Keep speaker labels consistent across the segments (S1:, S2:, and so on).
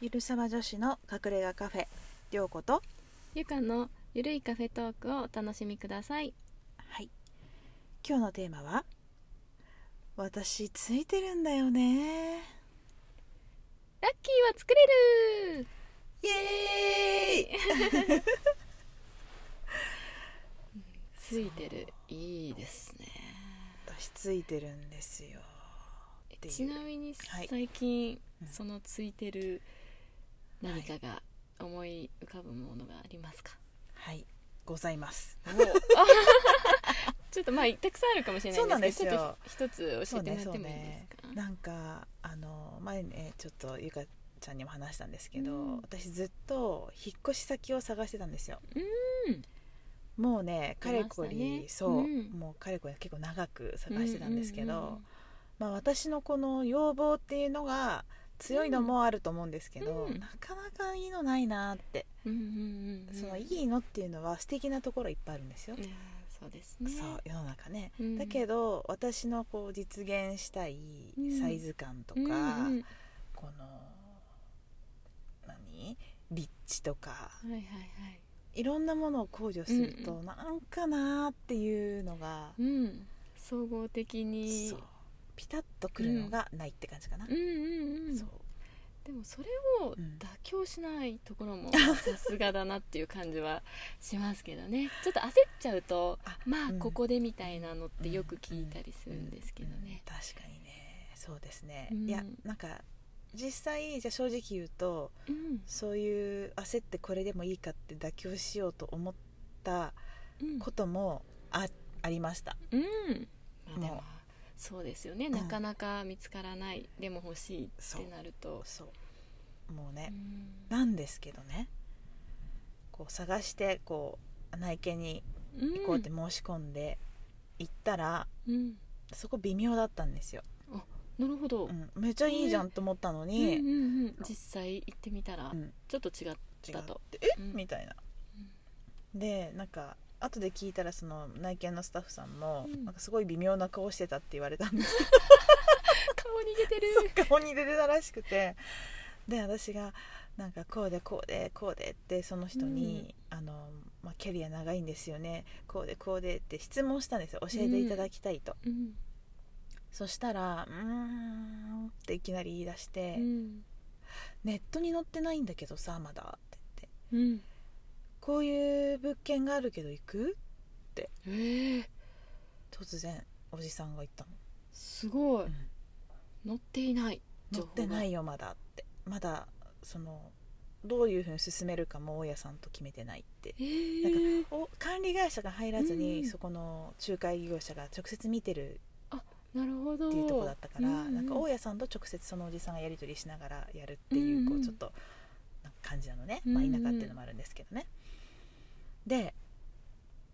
S1: ゆるさま女子の隠れ家カフェりょうこと
S2: ゆかのゆるいカフェトークをお楽しみください
S1: はい今日のテーマは私ついてるんだよね
S2: ラッキーは作れる
S1: イエーイ
S2: ついてるいいですね
S1: 私ついてるんですよっていう
S2: ちなみに
S1: はい
S2: 最近、
S1: うん
S2: そのついてる何かが思い浮かぶものがありますか、
S1: はいござい ます
S2: ちょっとまあたくさんあるかもしれないんですけど
S1: そうなん
S2: ちょっと一つ教えてもらってもいいですか、
S1: なんかあの前ねちょっとゆかちゃんにも話したんですけど、
S2: うん
S1: 私ずっと引っ越し先を探してたんですよ、
S2: うん
S1: もうねかれこ
S2: 出ました
S1: り、
S2: ね
S1: そう、
S2: うん
S1: もうかれこり結構長く探してたんですけど、まあ、私のこの要望っていうのが強いのもあると思うんですけど、
S2: うん
S1: なかなかいいのないなーって、
S2: うんうんうんうん
S1: そのいいのっていうのは素敵なところいっぱいあるんですよ、
S2: うんそうですね
S1: そう世の中ね、
S2: うん
S1: だけど私のこう実現したい
S2: うん
S1: サイズ感とか、
S2: うんうん
S1: この何立地とか
S2: はいはいはい。
S1: いろんなものを考慮する
S2: うん
S1: となんかなーっていうのが、
S2: うん。総合的に。
S1: そうピタッとくるのがないって感じかな、
S2: うんうんうん。
S1: そう
S2: でもそれを
S1: うん
S2: 妥協しないとこ ろもさすがだなっていう感じはしますけど ね。ちょっと焦っちゃうと、
S1: あ
S2: まあ
S1: うん
S2: ここでみたいなのってよく聞いたりするんですけどね。
S1: うん確かにねそうですね、
S2: うん
S1: いやなんか実際じゃあ正直言うと
S2: うん。
S1: そういう焦ってこれでもいいかって妥協しようと思った
S2: うん。
S1: こともあ,、ありました
S2: うん。まあで
S1: もう
S2: もそうですよね。
S1: ん
S2: なかなか見つからない。でも欲しいってなると。
S1: そうもう
S2: う
S1: ね、
S2: ん
S1: なんですけどねこう探してこう内見に行こうって申し込んで行ったら、
S2: うんうん
S1: そこ微妙だったんですよ、
S2: なるほど。
S1: うん、めっちゃいいじゃんと思ったのに、
S2: うんうんうん、実際行ってみたら、
S1: うん
S2: ちょっと違っ
S1: 違
S2: た
S1: っ
S2: と
S1: てえ、
S2: うん
S1: みたいな、でなんか後で聞いたらその内見のスタッフさんも、
S2: うん
S1: なんかすごい微妙な顔してたって言われたん です
S2: 顔に出てる
S1: けど顔に出てたらしくてで私がなんかこうでこうでこうでってその人に、あのまあ、キャリア長いんですよねこうでこうでって質問したんですよ教えていただきたいと、
S2: うん
S1: そしたら「うーん」っていきなり言い出して、
S2: うん
S1: ネットに載ってないんだけどさまだ」って言って
S2: うん
S1: 「こういう物件があるけど行く?」
S2: えー、
S1: 突然おじさんが言ったの
S2: すごい
S1: うん
S2: 乗っていない
S1: 乗ってないよまだってまだそのどういうふうに進めるかも大家さんと決めてないって
S2: え
S1: なん
S2: ー、
S1: お管理会社が入らず
S2: う
S1: に
S2: ん
S1: そこの仲介業者が直接見てる
S2: なるほど
S1: っていうとこだったから
S2: うんうん
S1: なんか大家さんと直接そのおじさんがやり取りしながらやるっていうこう
S2: うんうん
S1: ちょっとなんか感じなのね
S2: うんう
S1: まあ
S2: ん
S1: 田舎っていうのもあるんですけどねで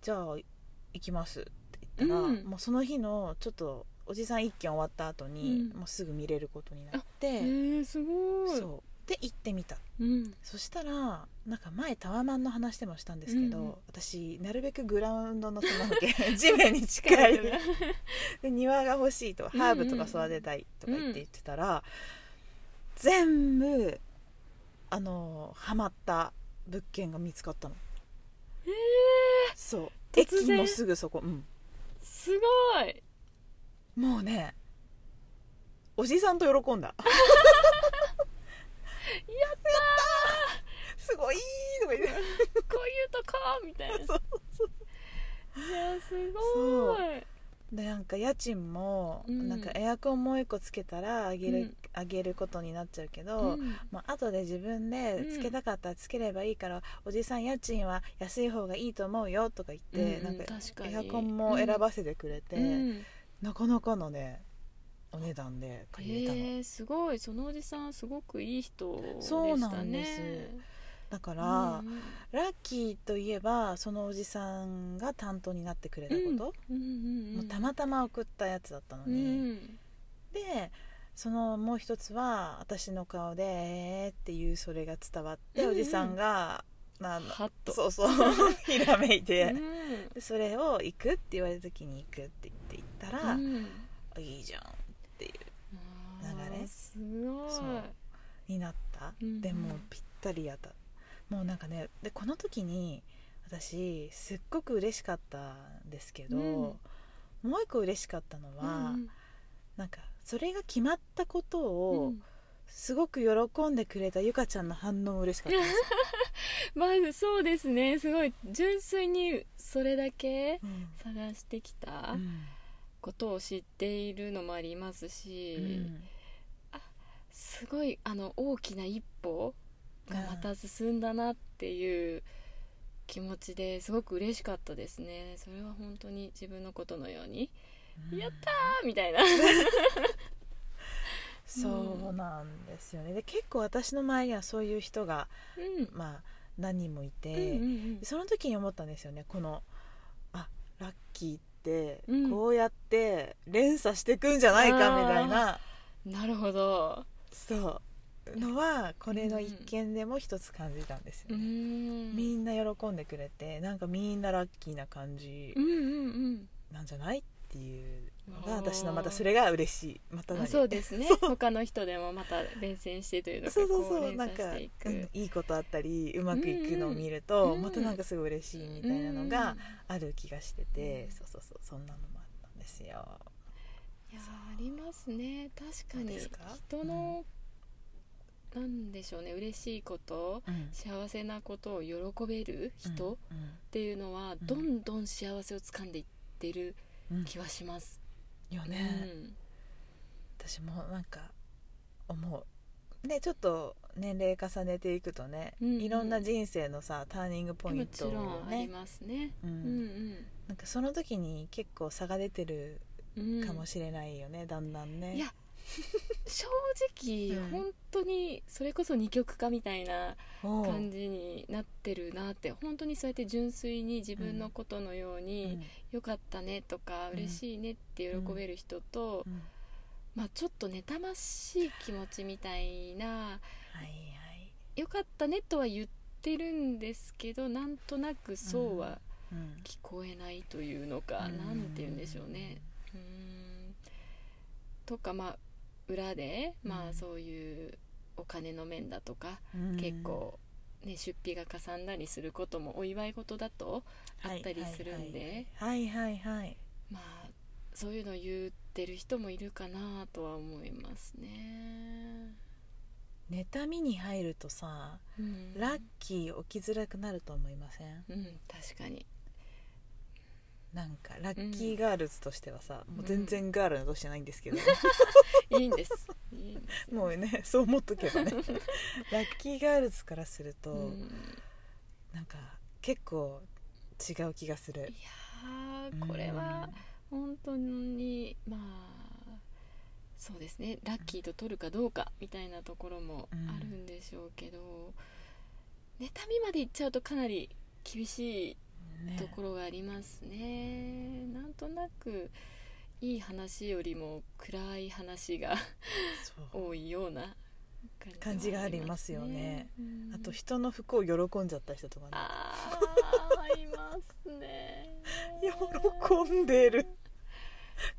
S1: じゃあ行きますって言ったら
S2: うん
S1: もうその日のちょっとおじさん一件終わった後に
S2: うん
S1: もうすぐ見れることになっ
S2: え
S1: て。
S2: ー、すごい
S1: そうで行ってみた
S2: う、ん、
S1: そしたらなんか前タワマンの話でもしたんですけど、
S2: うん
S1: 私なるべくグラウンドのその 地面に近い
S2: ね
S1: で庭が欲しいとか
S2: うんうん
S1: ハーブとか育てたいとか言って言ってたら、全部あのハマった物件が見つかったの
S2: えー、
S1: そう
S2: 突
S1: 駅
S2: 然
S1: もすぐそこ、うん、
S2: すごい
S1: もうねおじさんと喜 んだやったー すごいとか言って
S2: こういうとこみたいな
S1: そう
S2: いやーす
S1: そ
S2: ごい
S1: でなんか家賃も、
S2: うん
S1: なんかエアコンもう一個つけたら上げる、
S2: うん
S1: 上げることになっちゃうけど、
S2: ん
S1: まあ後で自分でつけたかったらつければいいから、おじさん家賃は安い方がいいと思うよとか言って、
S2: うんうん
S1: なんか
S2: 確かに
S1: エアコンも選ばせてくれて、
S2: うん
S1: なかなかのねお値段で
S2: え
S1: 借りれたの、
S2: ー、すごいそのおじさんすごくいい人でしたね
S1: そうなんですだから
S2: う、ん
S1: ラッキーといえばそのおじさんが担当になってくれたこと、
S2: うんうん
S1: もうたまたま送ったやつだったの
S2: う
S1: に、
S2: ん
S1: でそのもう一つは私の顔で「えー」っていうそれが伝わって、
S2: うんうん
S1: おじさんがなんだ
S2: はっと
S1: そうそう ひらめいて、
S2: うん
S1: でそれを「行く?」って言われた時に「行く」って言って行ったら「
S2: うん
S1: いいじゃん」っていう
S2: あー
S1: 流れ
S2: すごい
S1: そうになった、
S2: うん
S1: でもうぴったりやったもうなんかねでこの時に私すっごく嬉しかったんですけど、
S2: うん
S1: もう一個嬉しかったのは、
S2: うん
S1: なんかそれが決まったこと
S2: う
S1: を
S2: ん
S1: すごく喜んでくれたゆかちゃんの反応も嬉しかったん ですよ、
S2: まずそうですねすごい純粋にそれだけ
S1: うん
S2: 探してきた
S1: うん
S2: ことを知っているのもありますし、
S1: うん
S2: すごいあの大きな一歩がまた進んだなっていう気持ちですごく嬉しかったですねそれは本当に自分のことのように「やったー!」みたいな
S1: そうなんですよねで結構私の周りにはそういう人が、
S2: うん
S1: まあ、何人もいて、
S2: うんうん
S1: その時に思ったんですよねこのあラッキーって
S2: うん
S1: こうやって連鎖していくんじゃないか
S2: あー
S1: みたいな、
S2: うんなるほど
S1: そうのはこれの一見でも一つ感じたんです
S2: う
S1: よ
S2: ー
S1: ね、
S2: ん
S1: みんな喜んでくれてなんかみんなラッキーな感じ
S2: うんうん
S1: なんじゃないっていうのが
S2: あー
S1: 私のまたそれが嬉しいまた
S2: うん
S1: 何
S2: あそうで すね他の人でもまた連戦してというのか
S1: そうそう
S2: こ
S1: そうう
S2: 連
S1: なん
S2: 鎖
S1: か
S2: していく
S1: うんいいことあったりうまくいくのを見ると、
S2: うんうん
S1: またなんかすごい嬉しいみたいなの
S2: う
S1: が
S2: ん
S1: ある気がしてて、
S2: うん
S1: そうそうそうそんなのもあったんですよ。
S2: いやありますね確か
S1: どう
S2: に
S1: ですか
S2: 人の、なんでしょうね嬉しいこと
S1: うん
S2: 幸せなことを喜べる人っ
S1: うん
S2: ていうのは、
S1: ん
S2: どんどん幸せをつかんでいってる
S1: うん
S2: 気はします、
S1: よ
S2: うん
S1: ね、私もなんか思うねちょっと年齢重ねていくとね、
S2: うんうん
S1: いろんな人生のさターニングポイ
S2: も
S1: ン
S2: ち
S1: ト
S2: ろ
S1: を
S2: んあり
S1: ね、
S2: ますね
S1: う
S2: うん
S1: ん、なんかその時に結構差が出てる
S2: うんうん
S1: かもしれないよね、だんだんね。
S2: いや正直、
S1: うん
S2: 本当にそれこそ二極化みたいな
S1: おう
S2: 感じになってるなって本当にそうやって純粋に自分のことのよう
S1: う
S2: に
S1: ん
S2: 「よかったね」とか「
S1: うん
S2: 嬉しいね」って喜べる人と、
S1: うん
S2: まあ、ちょっと妬ましい気持ちみたいな
S1: はいはい
S2: 「よかったね」とは言ってるんですけどなんとなくそうは
S1: うん
S2: 聞こえないというのか、
S1: うん
S2: なんて言うんでしょうね。うーんとかまあ裏で、ま
S1: う
S2: あ、
S1: ん
S2: そういうお金の面だとか、
S1: うん
S2: 結構、ね、出費がかさんだりすることもお祝い事だとあったりするんで、
S1: はいはいはい
S2: まあ、そういうのを言ってる人もいるかなとは思いますね。
S1: 妬みに入るとさ
S2: うん、
S1: ラッキー起きづらくなると思いません
S2: うん確かに
S1: なんかラッキーガールズとしてはさ、
S2: ん
S1: もう全然ガールの年じゃないんですけど、
S2: いいんですいいんで す
S1: もうねそう思っとけば ねラッキーガールズからすると、
S2: うん、い
S1: なんか結構違う気がする
S2: やーこれは本当にまあそうですねラッキーと取るかどうかみたいなところもあるんでしょうけど、妬みまでいっちゃうとかなり厳しい
S1: うんね
S2: ところがありますねなんとなくいい話よりも暗い話が
S1: そう
S2: 多いような
S1: 感じがありますよねあと人の服を喜んじゃった人とかね
S2: あーいますね
S1: 喜んでる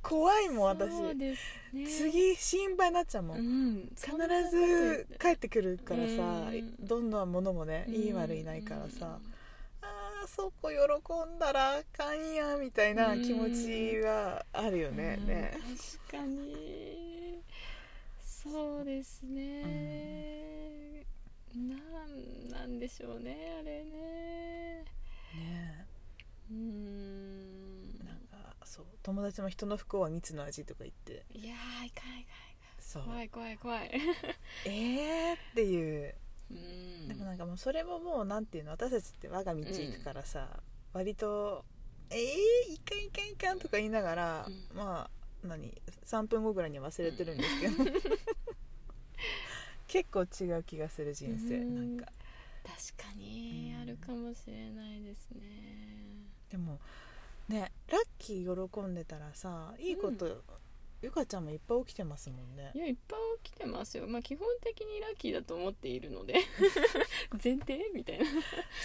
S1: 怖いもん私
S2: そうですね
S1: 次心配になっちゃうもん、
S2: うん、
S1: 必ず帰ってくるからさ
S2: うん
S1: どんなものもねいい悪いないからさあーそこ喜んだらあかんやみたいな気持ちはあるよね
S2: うん
S1: ね
S2: 確かにそうですね、なんなんでしょうねあれね
S1: ね
S2: うん
S1: なんかそう友達も人の不幸は蜜の味とか言って
S2: いやーいかんい
S1: そう
S2: かん怖い怖い怖い
S1: えーっていう
S2: うん
S1: でもなんかもうそれももうなんていうの私たちって我が道行くからさ、割と「えー、いかんいかんいかん」とか言いながら、
S2: うん
S1: まあ何3分後ぐらいには忘れてるんですけど、 結構違う気がする人生、
S2: うん
S1: なんか
S2: 確かに
S1: うん
S2: あるかもしれないですね
S1: でもねラッキー喜んでたらさいいこと、ゆかちゃんもいっぱい起きてますもんね
S2: いやいっぱい起きてますよまあ基本的にラッキーだと思っている ので前提みたいな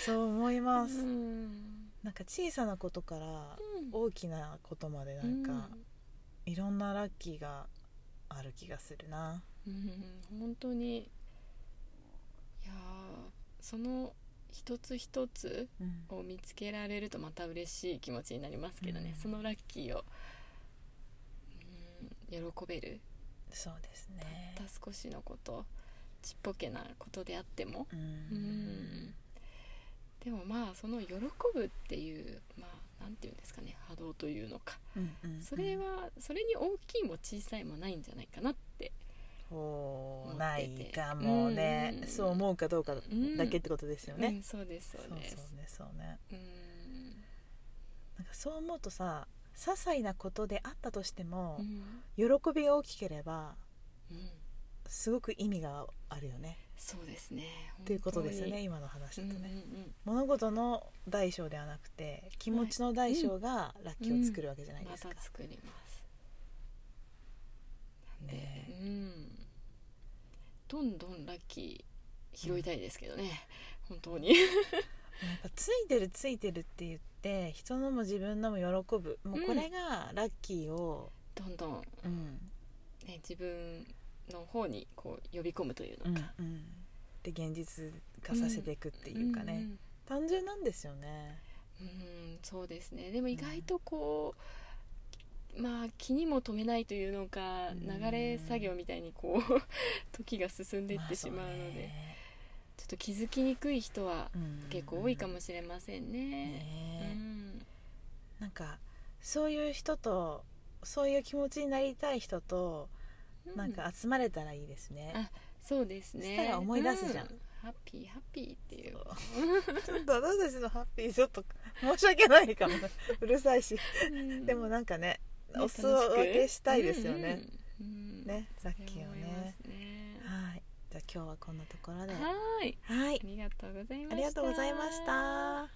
S1: そう思います、
S2: うん
S1: なんか小さなことから大きなことまでなんか、いろんなラッキーがある気がするな
S2: うん、うん、本当にその一つ一つ
S1: うん
S2: を見つけられるとまた嬉しい気持ちになりますけどね、
S1: うん
S2: そのラッキーをうん喜べる
S1: そうですね
S2: たった少しのことちっぽけなことであっても
S1: う
S2: うん
S1: ん
S2: でもまあその喜ぶっていうまあなんていうんですかね波動というのか
S1: うんうんうん
S2: それはそれに大きいも小さいもないんじゃないかなって
S1: ほ
S2: 持って
S1: う
S2: て
S1: ないかもね
S2: うん
S1: そう思うかどうか
S2: うん
S1: だけってことですよね、
S2: うん、そうです
S1: そう
S2: そうです
S1: そうねそうね
S2: うん
S1: なんかそう思うとさ些細なことであったとしても、
S2: うん
S1: 喜びが大きければ
S2: うん
S1: すごく意味があるよね
S2: そうですね
S1: っていうことですよね
S2: 本
S1: 今の話
S2: 当
S1: だ
S2: に
S1: と
S2: うん
S1: ね、
S2: うんうん
S1: 物事の大小ではなくて気持ちの大小がラッキーを作るわけじゃない
S2: ま
S1: ですか、
S2: た作りますなんで、
S1: ね
S2: うんどんどんラッキー拾いたいですけどね、本当に
S1: やっぱついてるついてるって言って人のも自分のも喜ぶもうこれがラッキーを、
S2: どんどん、
S1: うん
S2: ね、自分の方にこう呼び込むという
S1: う
S2: の
S1: ん
S2: か、
S1: うん、で現実化させていくっていうかね、単純なんですよね
S2: うん、うんうんそうですねでも意外とこう、まあ気にも留めないというのか、
S1: うん
S2: 流れ作業みたいにこう 時が進んでいってしまうので、ちょっと気づきにくい人は結構多いか
S1: も
S2: もしれませんね。
S1: ねなんかそういう人とそういう気持ちになりたい人と
S2: う
S1: なんか集まれたらいいですね、
S2: あそうです
S1: し
S2: ね。
S1: たら思い出すじゃん
S2: うハッピーハッピーっていう。
S1: ちょっと私たちのハッピーちょっと申し訳ないかもねうるさいしでもなんかね
S2: ね
S1: お裾分けしたいですよね、。
S2: 楽しくうんうんうん
S1: ねさっき
S2: そう
S1: を
S2: 思いま
S1: ね
S2: すね
S1: はいじゃあ今日はこんなところで
S2: はーい。
S1: はい
S2: ありがとうございました。
S1: ありがとうございました